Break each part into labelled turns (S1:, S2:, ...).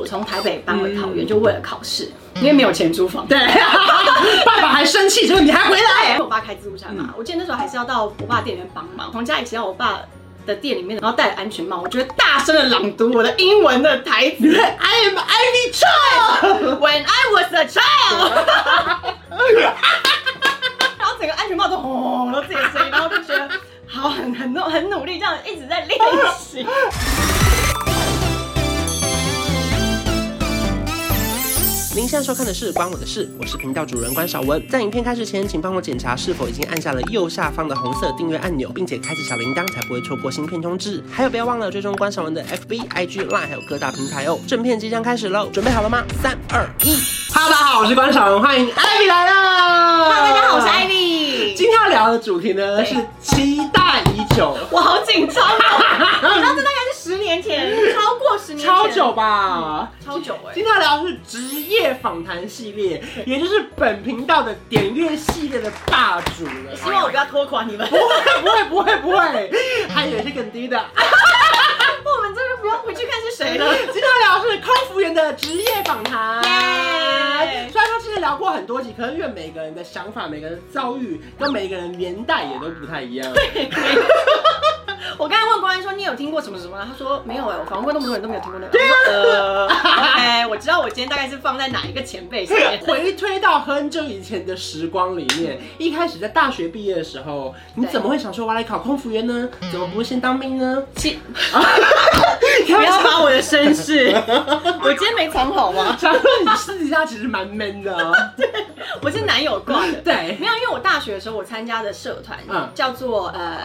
S1: 我从台北搬回
S2: 嗯
S1: 桃园，就为了考试，因为没有钱租房。
S2: 对， 爸爸还生气，说你还回
S1: 因
S2: 来
S1: 为。我爸开自助餐
S2: 嗯
S1: 嘛，我记得那时候还是要到我爸店里面帮忙，从家里骑到我爸的店里面，然后戴着安全帽，我觉得大声的朗读我的英文的台 词
S2: I am Ivy Chow，
S1: ，When I was a child，然后整个安全帽都轰轰轰都自己的声音，然后就觉得好很很努很努力，这样一直在练 习。
S3: 您现在收看的是《关我的事》，我是频道主人关少文。在影片开始前，请帮我检查是否已经按下了右下方的红色订阅按钮，并且开启小铃铛，才不会错过新片通知。还有，不要忘了追踪关少文的 FB、IG、Line，还有各大平台哦。正片即将开始喽，准备好了吗？三、二、一。
S2: 哈喽，大家好，我是关少文，欢迎 Ivy 来了。
S1: Hello，大家好，我是。Ivy，
S2: 今天要聊的主题呢是期待已久，
S1: 我好紧张 哦，你知道这大概是十年前，超过十年前，
S2: 超久吧？
S1: 超久哎、
S2: 今天要聊的是职业访谈系列，也就是本频道的点阅系列的霸主了。
S1: 希望我不要拖垮你们。
S2: 不会不会不会不会，还有一些更低的。
S1: 哎 我们真的不用回去看是谁了。
S2: 今天要聊的是空服员的职业访谈。
S1: 耶
S2: 虽然说之前聊过很多集，可是因为每个人的想法、每个人的遭遇跟每个人年代也都不太一样。
S1: 我刚才问关安说你有听过什么什么，他说没有哎、我访问过那么多人都没有听过那个。我说呃，OK，我知道我今天大概是放在哪一个前辈上面。
S2: 回推到很久以前的时光里面，
S1: 嗯
S2: 一开始在大学毕业的时候，你怎么会想说我要来考空服员呢？
S1: 嗯
S2: 怎么不会先当兵呢？
S1: 其
S2: 不
S1: 不要把我的身世，我今天没藏好吗？
S2: 想说你私底下其实蛮 man 的、啊，
S1: 我是男友挂的。
S2: 对
S1: 没有，因为我大学的时候我参加的社团、
S2: 嗯
S1: 叫做呃，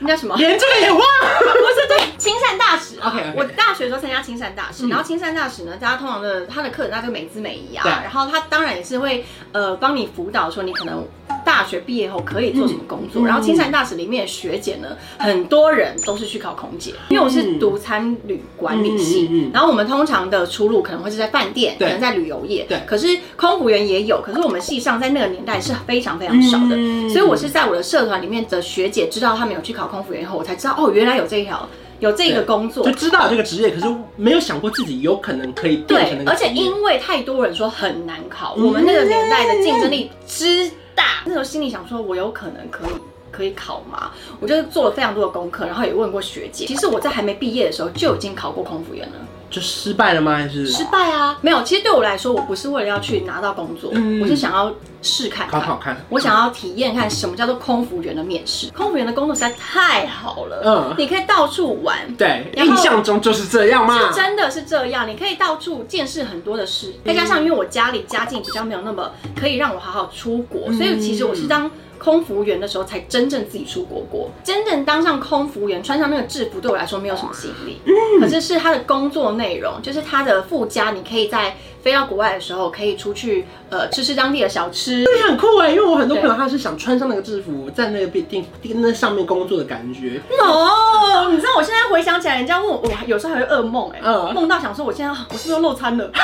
S1: 那叫什么？
S2: 连这个也忘了。
S1: 不是对青善大使啊
S2: OK，OK
S1: 我大学的时候参加青善大使，
S2: 嗯
S1: 然后青善大使呢，大家通常的他的课程大家都美姿美仪啊
S2: 对，
S1: 然后他当然也是会呃帮你辅导说你可能。大学毕业后可以做什么工作？
S2: 嗯
S1: 然后青善大使里面的学姐呢，很多人都是去考空姐，因为我是读餐旅管理系，
S2: 嗯嗯嗯嗯嗯
S1: 然后我们通常的出路可能会是在饭店，可
S2: 对
S1: 能在旅游业，
S2: 对
S1: 可是空服员也有，可是我们系上在那个年代是非常非常少的，
S2: 嗯
S1: 所以我是在我的社团里面的学姐知道他们有去考空服员以后，我才知道哦，原来有这一条有这个工作
S2: 就。知道有这个职业，可是没有想过自己有可能可以变成
S1: 对
S2: 那，个
S1: 而且
S2: 职业
S1: 因为太多人说很难考，
S2: 嗯
S1: 我们那个年代的竞争力之大，那时候心里想说，我有可能可以可以考吗？我就做了非常多的功课，然后也问过学姐。其实我在还没毕业的时候就已经考过空服员了。
S2: 就失败了吗？还是
S1: 失败啊，没有。其实对我来说，我不是为了要去拿到工作，
S2: 嗯
S1: 我是想要试看
S2: 考
S1: 看。
S2: 考看？
S1: 我想要体验看什么叫做空服员的面试。空服员的工作实在太好了，
S2: 嗯
S1: 你可以到处玩，
S2: 对，
S1: 然后
S2: 印象中就是这样嘛。
S1: 是真的是这样，你可以到处见识很多的事。再加上因为我家里家境比较没有那么可以让我好好出国，所以其实我是当空服员的时候才真正自己出国过。真正当上空服员，穿上那个制服对我来说没有什么吸引力，可是是他的工作内容，就是他的附加，你可以在飞到国外的时候可以出去呃吃吃当地的小吃。
S2: 这个很酷哎，因为我很多
S1: 对
S2: 朋友他是想穿上那个制服，在那个店店那上面工作的感觉。
S1: 哦，你知道我现在回想起来，人家问我，我有时候还会噩梦哎、
S2: 嗯
S1: 梦、到想说我现在我是不是又漏餐了？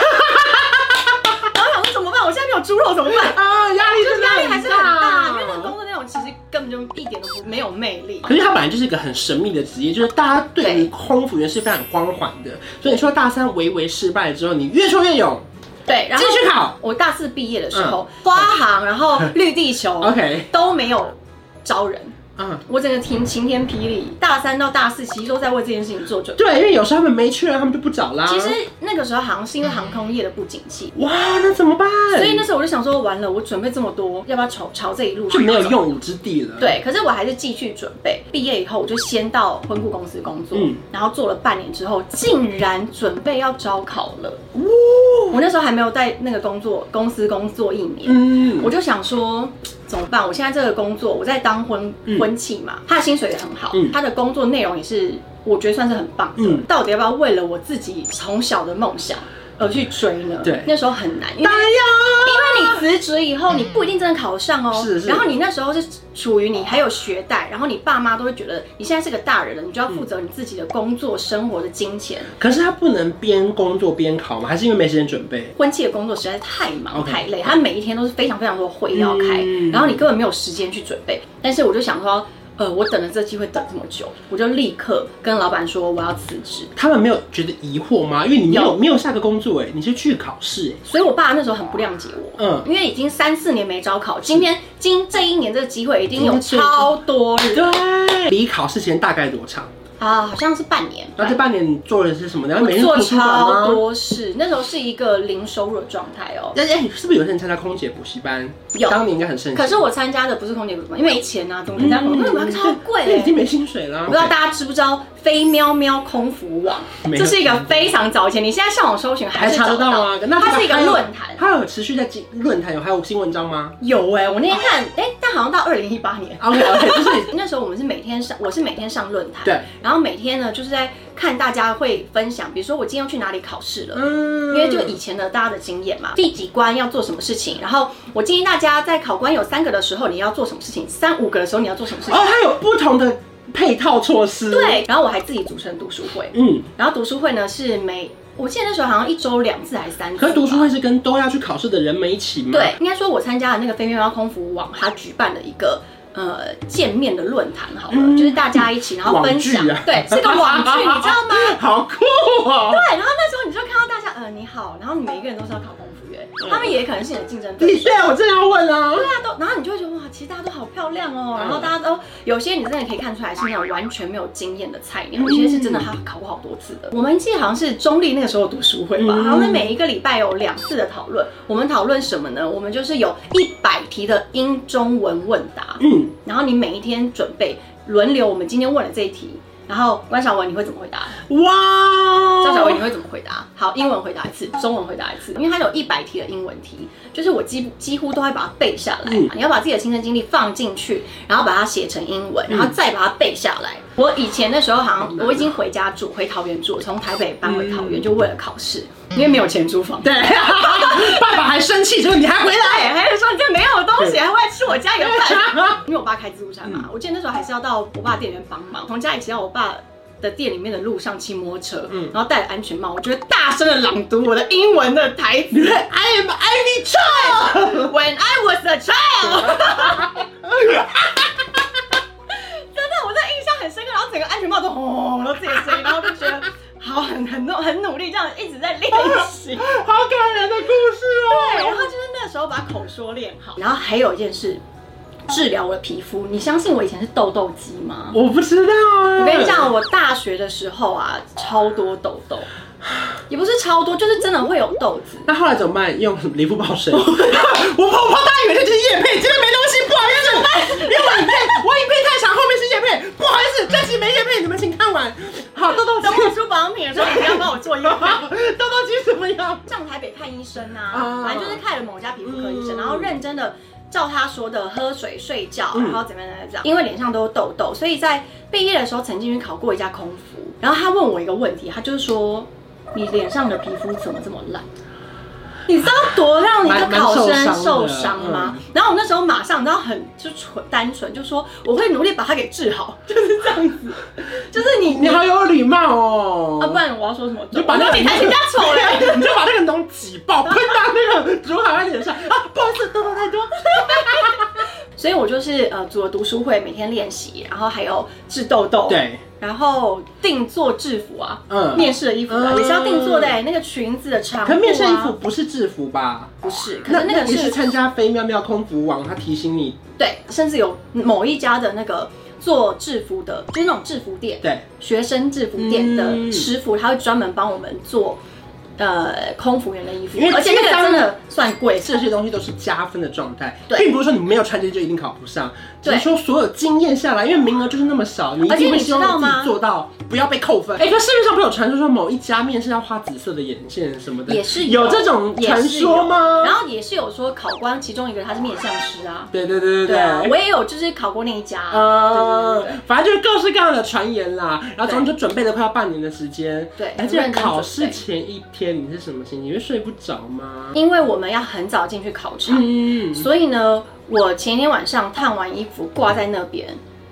S1: 然后想说怎么办？我现在没有猪肉怎么办？
S2: 啊，压力
S1: 就
S2: 真
S1: 是
S2: 的
S1: 压力还是很大，因为那个工
S2: 大。
S1: 作内容其实根本就一点都不没有魅力。
S2: 可是他本来就是一个很神秘的职业，就是大家对于
S1: 对
S2: 空服员是非常光环的，所以你说大三微微失败之后，你越挫越勇，
S1: 对，然
S2: 继
S1: 后
S2: 续考。嗯
S1: 我大四毕业的时候，花航然后绿地球
S2: OK，
S1: 都没有招人，
S2: 嗯，
S1: 我整个晴晴天霹雳。大三到大四其实都在为这件事情做准备。
S2: 对，因为有时候他们没去了，他们就不找啦。
S1: 其实那个时候好像是因为航空业的不景气，
S2: 哇，那怎么办？
S1: 所以那时候我就想说，完了，我准备这么多，要不要朝朝这一路
S2: 就没有
S1: 走？
S2: 用武之地了。，
S1: 对，可是我还是继续准备。毕业以后，我就先到婚顾公司工作，
S2: 嗯
S1: 然后做了半年之后，竟然准备要招考了。
S2: 呜，
S1: 我那时候还没有在那个工作公司工作一年，
S2: 嗯，
S1: 我就想说怎么办？我现在这个工作，我在当婚
S2: 嗯
S1: 婚庆嘛，他的薪水也很好，
S2: 嗯
S1: 他的工作内容也是我觉得算是很棒的。
S2: 嗯
S1: 到底要不要为了我自己从小的梦想而去追呢？
S2: 对
S1: 那时候很难，因为
S2: 当然要啊。
S1: 因为你辞职以后，你不一定真的考得上哦。
S2: 嗯是是
S1: 然后你那时候是处于你还有学贷，然后你爸妈都会觉得你现在是个大人了，你就要负责你自己的工作、生活的金钱。
S2: 可是他不能边工作边考吗？还是因为没时间准备？
S1: 婚期的工作实在太忙
S2: OK
S1: 太累，他每一天都是非常非常多的会要开，
S2: 嗯
S1: 然后你根本没有时间去准备。但是我就想说，呃，我等了这机会等这么久，我就立刻跟老板说我要辞职。
S2: 他们没有觉得疑惑吗？因为你没有
S1: 有
S2: 没有下个工作哎、你是去考试欸
S1: 所以我爸那时候很不谅解我，
S2: 嗯
S1: 因为已经三四年没招考，今天今这一年这个机会一定有
S2: 今天这
S1: 超多
S2: 哎、
S1: 人
S2: 对，离考试前大概多长？
S1: 啊，好像是半年。
S2: 然后这半年你做的是什么？然后
S1: 我
S2: 啊每天
S1: 做
S2: 图书馆
S1: 超
S2: 吗？
S1: 多事，那时候是一个零收入的状态哦。
S2: 那哎、是不是有些人参加空姐补习班？
S1: 有
S2: 当年应该很盛行。
S1: 可是我参加的不是空姐股份，因为没钱
S2: 嗯
S1: 啊，怎么参加空姐股份？超贵
S2: 那已经
S1: 欸！
S2: 没薪水了啊。
S1: 不知道大家知不知道飞喵喵空服网
S2: 没，有
S1: 这是一个非非常早以前，你现在上网搜寻
S2: 还
S1: 还是
S2: 查
S1: 找
S2: 得到吗？那
S1: 它是一个
S2: 还有
S1: 论坛。
S2: 它有持续在进论坛有还有新文章吗
S1: 有哎、我那天看，哎、但好像到二零一八年。
S2: ？OK OK，就是
S1: 那时候我们是每天上，我是每天上论坛，
S2: 对，
S1: 然后每天呢就是在看大家会分享，比如说我今天要去哪里考试了，
S2: 嗯
S1: 因为就以前的大家的经验嘛，第几关要做什么事情，然后我建议大家在考官有三个的时候你要做什么事情，三五个的时候你要做什么事情，
S2: 哦，它有不同的配套措施。，
S1: 对，然后我还自己组成读书会，
S2: 嗯，
S1: 然后读书会呢是每，我记得那时候好像一周两次还是三次吧，
S2: 可是读书会啊是跟都要去考试的人们一起吗？
S1: 对，应该说我参加的那个飞喵喵空服网，它举办了一个。呃，见面的论坛好了，
S2: 嗯
S1: 就是大家一起，然后
S2: 网
S1: 分
S2: 剧
S1: 享，
S2: 啊
S1: 对，是个网剧，你知道吗？
S2: 好酷哦！
S1: 对，然后那时候你就看到大家，呃，你好，然后你每一个人都是要考空服员，
S2: 嗯
S1: 他们也可能是你的竞争对
S2: 你
S1: 手
S2: 对，我正要问啊。
S1: 大家都，然后你就会觉得哇，其实大家都好漂亮哦，
S2: 嗯
S1: 然后大家都有些你真的可以看出来是那种完全没有经验的菜鸟，有些是
S2: 嗯
S1: 真的他考过好多次的。我们记得好像是中立那个时候读书会吧，
S2: 嗯
S1: 好像每一个礼拜有两次的讨论，我们讨论什么呢？我们就是有一百题的英中文问答，
S2: 嗯，
S1: 然后你每一天准备轮流，我们今天问了这一题。然后关晓雯，你会怎么回答？
S2: 哇，哦
S1: 赵小薇，你会怎么回答？好，英文回答一次，中文回答一次，因为它有一百题的英文题，就是我几几乎都会把它背下来嘛。你要把自己的亲身经历放进去，然后把它写成英文，然后再把它背下来。我以前那时候好像我已经回家住，回桃园住，从台北搬回桃园，就为了考试，嗯因为没有钱租房。
S2: 对，爸爸还生气说你还回来，
S1: 对，还是说你这没有东西，还会吃我家里的饭？
S2: 啊
S1: 因为我爸开自助餐嘛，我记得那时候还是要到我爸店里面帮忙，从家里骑到我爸。的店里面的路上骑摩托车，
S2: 嗯
S1: 然后戴了安全帽，我觉得大声的朗读我的英文的台词
S2: I am Ivy Choi，
S1: ，When I was a child，真的我真的印象很深刻，然后整个安全帽都轰都自己的声音，然后就觉得好很很努很努力，这样一直在练
S2: 哦
S1: 习。
S2: 好感人的故事
S1: 对，然
S2: 哦。
S1: 后就是那时候把口说练好，然后还有一件事，治疗我的皮肤。你相信我以前是痘痘肌吗？
S2: 我不 知道啊，
S1: 我跟你讲，我大学的时候啊，超多痘痘，也不是超多，就是真的会有痘子。
S2: 那后来怎么办？用理肤保身。我我我大以为这就是叶配，真的没东西，不好意思，因为我影片我影片太长，后面是叶配，不好意思，这集没叶配，你们请看完。好，豆豆
S1: 等
S2: 鸡，
S1: 我出保养品的时候，你不要帮我做医
S2: 好
S1: 美。
S2: 豆豆鸡怎么样？
S1: 上台北看医生
S2: 啊
S1: 啊，反正就是看了某家皮肤科医生，
S2: 嗯
S1: 然后认真的照他说的喝水、睡觉，啊
S2: 嗯
S1: 然后怎么样怎么样怎么样。因为脸上都有痘痘，所以在毕业的时候曾经去考过一家空服，然后他问我一个问题，他就是说你脸上的皮肤怎么这么 烂？你知道多让一个
S2: 蛮蛮
S1: 考
S2: 受伤
S1: 生
S2: 的嗯
S1: 受伤吗？然后我那时候马上，你知道很就纯单纯，就说我会努力把它给治好，就是这样子，就是你
S2: 你
S1: 你
S2: 好有礼貌
S1: 啊，不
S2: 哦。
S1: 然我要说什么？
S2: 你就把那
S1: 我
S2: 个
S1: 说你太人家丑了。
S2: 你就把那个脓挤爆，喷到那个竹海湾脸上啊！不好意思，痘痘太多。
S1: 所以我就是呃组了读书会，每天练习，然后还有治痘痘，，
S2: 对，
S1: 然后定做制服啊，
S2: 嗯
S1: 面试的衣服啊，
S2: 嗯
S1: 也是要定做的、欸，那个裙子的长度、
S2: 可
S1: 啊，
S2: 面试衣服不是制服吧？
S1: 不是，可
S2: 那
S1: 是那个
S2: 你是
S1: 是
S2: 参加飞喵喵空服网，他提醒你，
S1: 对，甚至有某一家的那个做制服的，就是那种制服店，
S2: 对，
S1: 学生制服店的
S2: 嗯
S1: 师傅，他会专门帮我们做。呃，空服员的衣服
S2: 因为，
S1: 而且那
S2: 其
S1: 个
S2: 实当
S1: 真的算贵，
S2: 这些东西都是加分的状态，
S1: 对
S2: 并不是说你没有穿这些就一定考不上，只是
S1: 对
S2: 说所有经验下来，因为名额就是那么少，你一
S1: 而且
S2: 定会
S1: 你
S2: 希
S1: 知道
S2: 望自
S1: 吗
S2: 己做到不要被扣分。哎、可市面上不是有传说说某一家面试要画紫色的眼线什么的，
S1: 也是
S2: 有这种
S1: 也是
S2: 传说
S1: 有
S2: 吗？
S1: 然后也是有说考官其中一个他是面相师啊，
S2: 对对对对
S1: 对
S2: 哎
S1: 啊，我
S2: 对。
S1: 也有就是考过那一家啊，
S2: 呃
S1: 对对对对，
S2: 反正就是各式各样的传言啦，然后总
S1: 对
S2: 之就准备了快要半年的时间。
S1: 对
S2: 而且
S1: 很认真
S2: 考
S1: 准
S2: 试
S1: 备
S2: 前一天你是什么心情？你会睡不着吗？
S1: 因为我们要很早进去考场，
S2: 嗯，
S1: 所以呢，我前一天晚上烫完衣服挂在那边，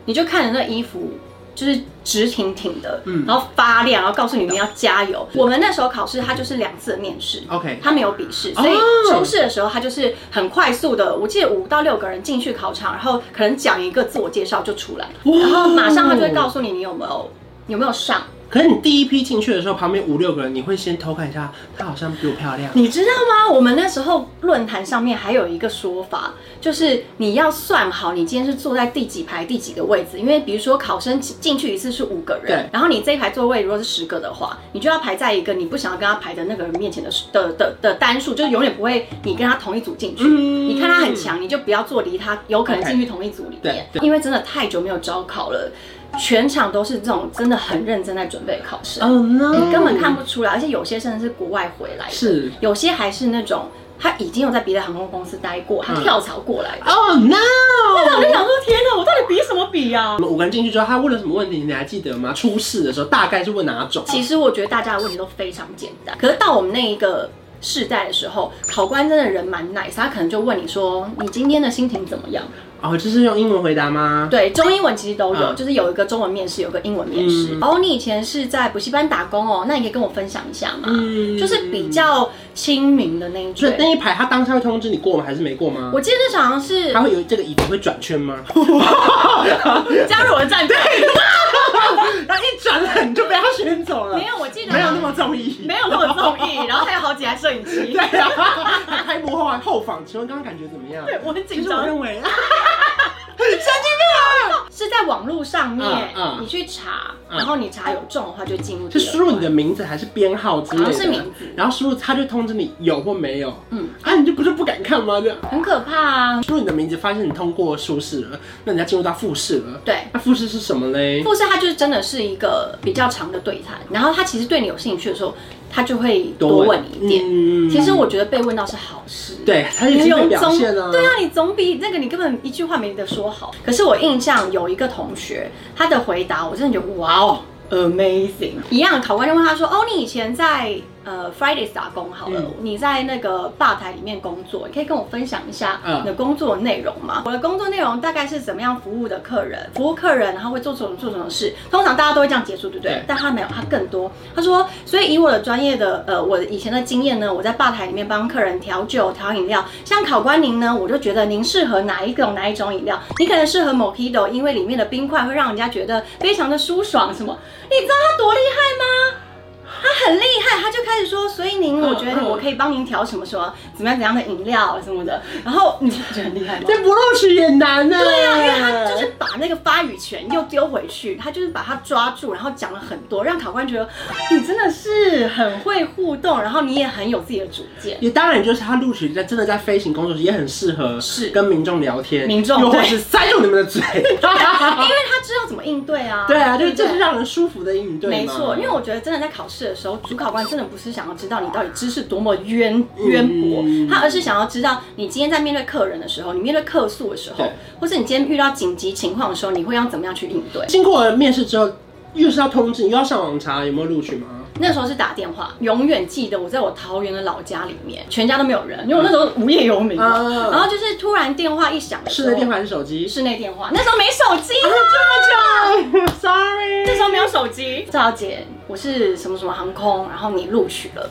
S1: 你就看着那衣服。就是直挺挺的，
S2: 嗯
S1: 然后发亮，然后告诉你们要加油。我们那时候考试，它就是两次的面试
S2: OK
S1: 它没有笔试，
S2: 哦
S1: 所以抽试的时候，它就是很快速的。我记得五到六个人进去考场，然后可能讲一个自我介绍就出来，
S2: 哇
S1: 然后马上他就会告诉你你有没有有没有上。
S2: 可是你第一批进去的时候，旁边五六个人，你会先偷看一下，她好像比我漂亮。
S1: 你知道吗？我们那时候论坛上面还有一个说法，就是你要算好你今天是坐在第几排第几个位置，因为比如说考生进进去一次是五个人
S2: 对，
S1: 然后你这一排座位如果是十个的话，你就要排在一个你不想要跟他排的那个人面前的的的的单数，就是永远不会你跟他同一组进去。
S2: 嗯
S1: 你看他很强，你就不要坐离他有可能
S2: OK
S1: 进去同一组里面
S2: 对对
S1: 因为真的太久没有招考了，全场都是这种真的很认真在准备考试。
S2: 哦 no，
S1: 你根本看不出来，而且有些甚至是国外回来的，
S2: 是
S1: 有些还是那种他已经有在别的航空公司待过，他
S2: 嗯
S1: 跳槽过来的。
S2: 哦 no。
S1: 我就想说，天哪，我到底比什么比啊呀、
S2: 我们五个人进去之后，他问了什么问题？你还记得吗？初试的时候大概是问哪种？
S1: 其实我觉得大家的问题都非常简单，可是到我们那一个世代的时候，考官真的人蛮 nice，他可能就问你说，你今天的心情怎么样？
S2: 哦，就是用英文回答吗？
S1: 对，中英文其实都有，
S2: 嗯
S1: 就是有一个中文面试，有一个英文面试。
S2: 嗯
S1: 哦，你以前是在补习班打工哦，那你可以跟我分享一下吗？
S2: 嗯
S1: 就是比较亲民的那一
S2: 所
S1: 种
S2: 以。那一排他当下会通知你过吗？还是没过吗？
S1: 我记得那时候好像是
S2: 他会有这个椅子会转圈吗？
S1: 加入我的战队，
S2: 那一转了你就被他选走了，
S1: 没有，我记得
S2: 没有那么中意，
S1: 没有那么综艺，然后还有好几台摄影机，
S2: 对呀、啊，还开幕后还后访，请问刚刚感觉怎么样？
S1: 对我很紧
S2: 其实我
S1: 张。
S2: 认为，
S1: 是在网络上面
S2: 嗯，嗯
S1: 你去查，
S2: 嗯
S1: 然后你查有中的话就进入第
S2: 是
S1: 二关。
S2: 输入你的名字还是编号之类
S1: 好
S2: 的？
S1: 哦像是名字
S2: 然后输入他就通知你有或没有。
S1: 嗯
S2: 啊，你就不是不敢看吗？这样
S1: 很可怕啊！
S2: 输入你的名字，发现你通过初试了，那你要进入到复试了。
S1: 对
S2: 那复试是什么嘞？
S1: 复试它就是真的是一个比较长的对谈，然后他其实对你有兴趣的时候，他就会多问你一点。
S2: 嗯
S1: 其实我觉得被问到是好事。
S2: 对他也是
S1: 有
S2: 被表现啊。
S1: 对啊，你总比那个你根本一句话没得说好。可是我印象有一个同学，他的回答我真的觉得哇哦，amazing！一样，考官就问他说：“哦，你以前在呃 Fridays 打工好了，
S2: 嗯
S1: 你在那个吧台里面工作，你可以跟我分享一下
S2: 嗯
S1: 你的工作内容吗？”我的工作内容大概是怎么样服务的客人，服务客人，然后会做什么做什么事。通常大家都会这样结束，对不对？
S2: 对
S1: 但他没有，他更多。他说，所以以我的专业的呃，我以前的经验呢，我在吧台里面帮客人调酒、调饮料。像考官您呢，我就觉得您适合哪一种哪一种饮料？你可能适合 Mojito，因为里面的冰块会让人家觉得非常的舒爽。什么？你知道他多厉害吗？他很厉害，他就开始说，所以您，我觉得我可以帮您调什么什么怎么样怎样的饮料什么的。然后你不觉得很厉害吗？
S2: 这不录取也难呢、
S1: 对啊，因为他就是把那个发语权又丢回去，他就是把它抓住，然后讲了很多，让考官觉得你真的是很会互动，然后你也很有自己的主见。
S2: 也当然，就是他录取在真的在飞行工作时也很适合
S1: 是
S2: 跟民众聊天，
S1: 民众
S2: 又或
S1: 对
S2: 是塞住你们 的嘴。
S1: 因为他知道怎么应对啊。
S2: 对啊，就是
S1: 不对
S2: 这是让人舒服的应对嘛
S1: 没错，因为我觉得真的在考试的时候，主考官真的不是想要知道你到底知识多么渊渊博，
S2: 嗯
S1: 他而是想要知道你今天在面对客人的时候，你面对客诉的时候
S2: 对，
S1: 或是你今天遇到紧急情况的时候，你会要怎么样去应对。
S2: 经过了面试之后，又是要通知，你又要上网查有没有录取吗？
S1: 那时候是打电话，永远记得我在我桃园的老家里面，全家都没有人，因为我那时候无业游民嘛。
S2: 嗯
S1: 然后就是突然电话一响的时
S2: 室
S1: 候，
S2: 内电话还是手机？
S1: 室内电话，那时候没手机，啊
S2: 这么久，sorry。
S1: 那时候没有手机。赵小姐，我是什么什么航空，然后你录取了，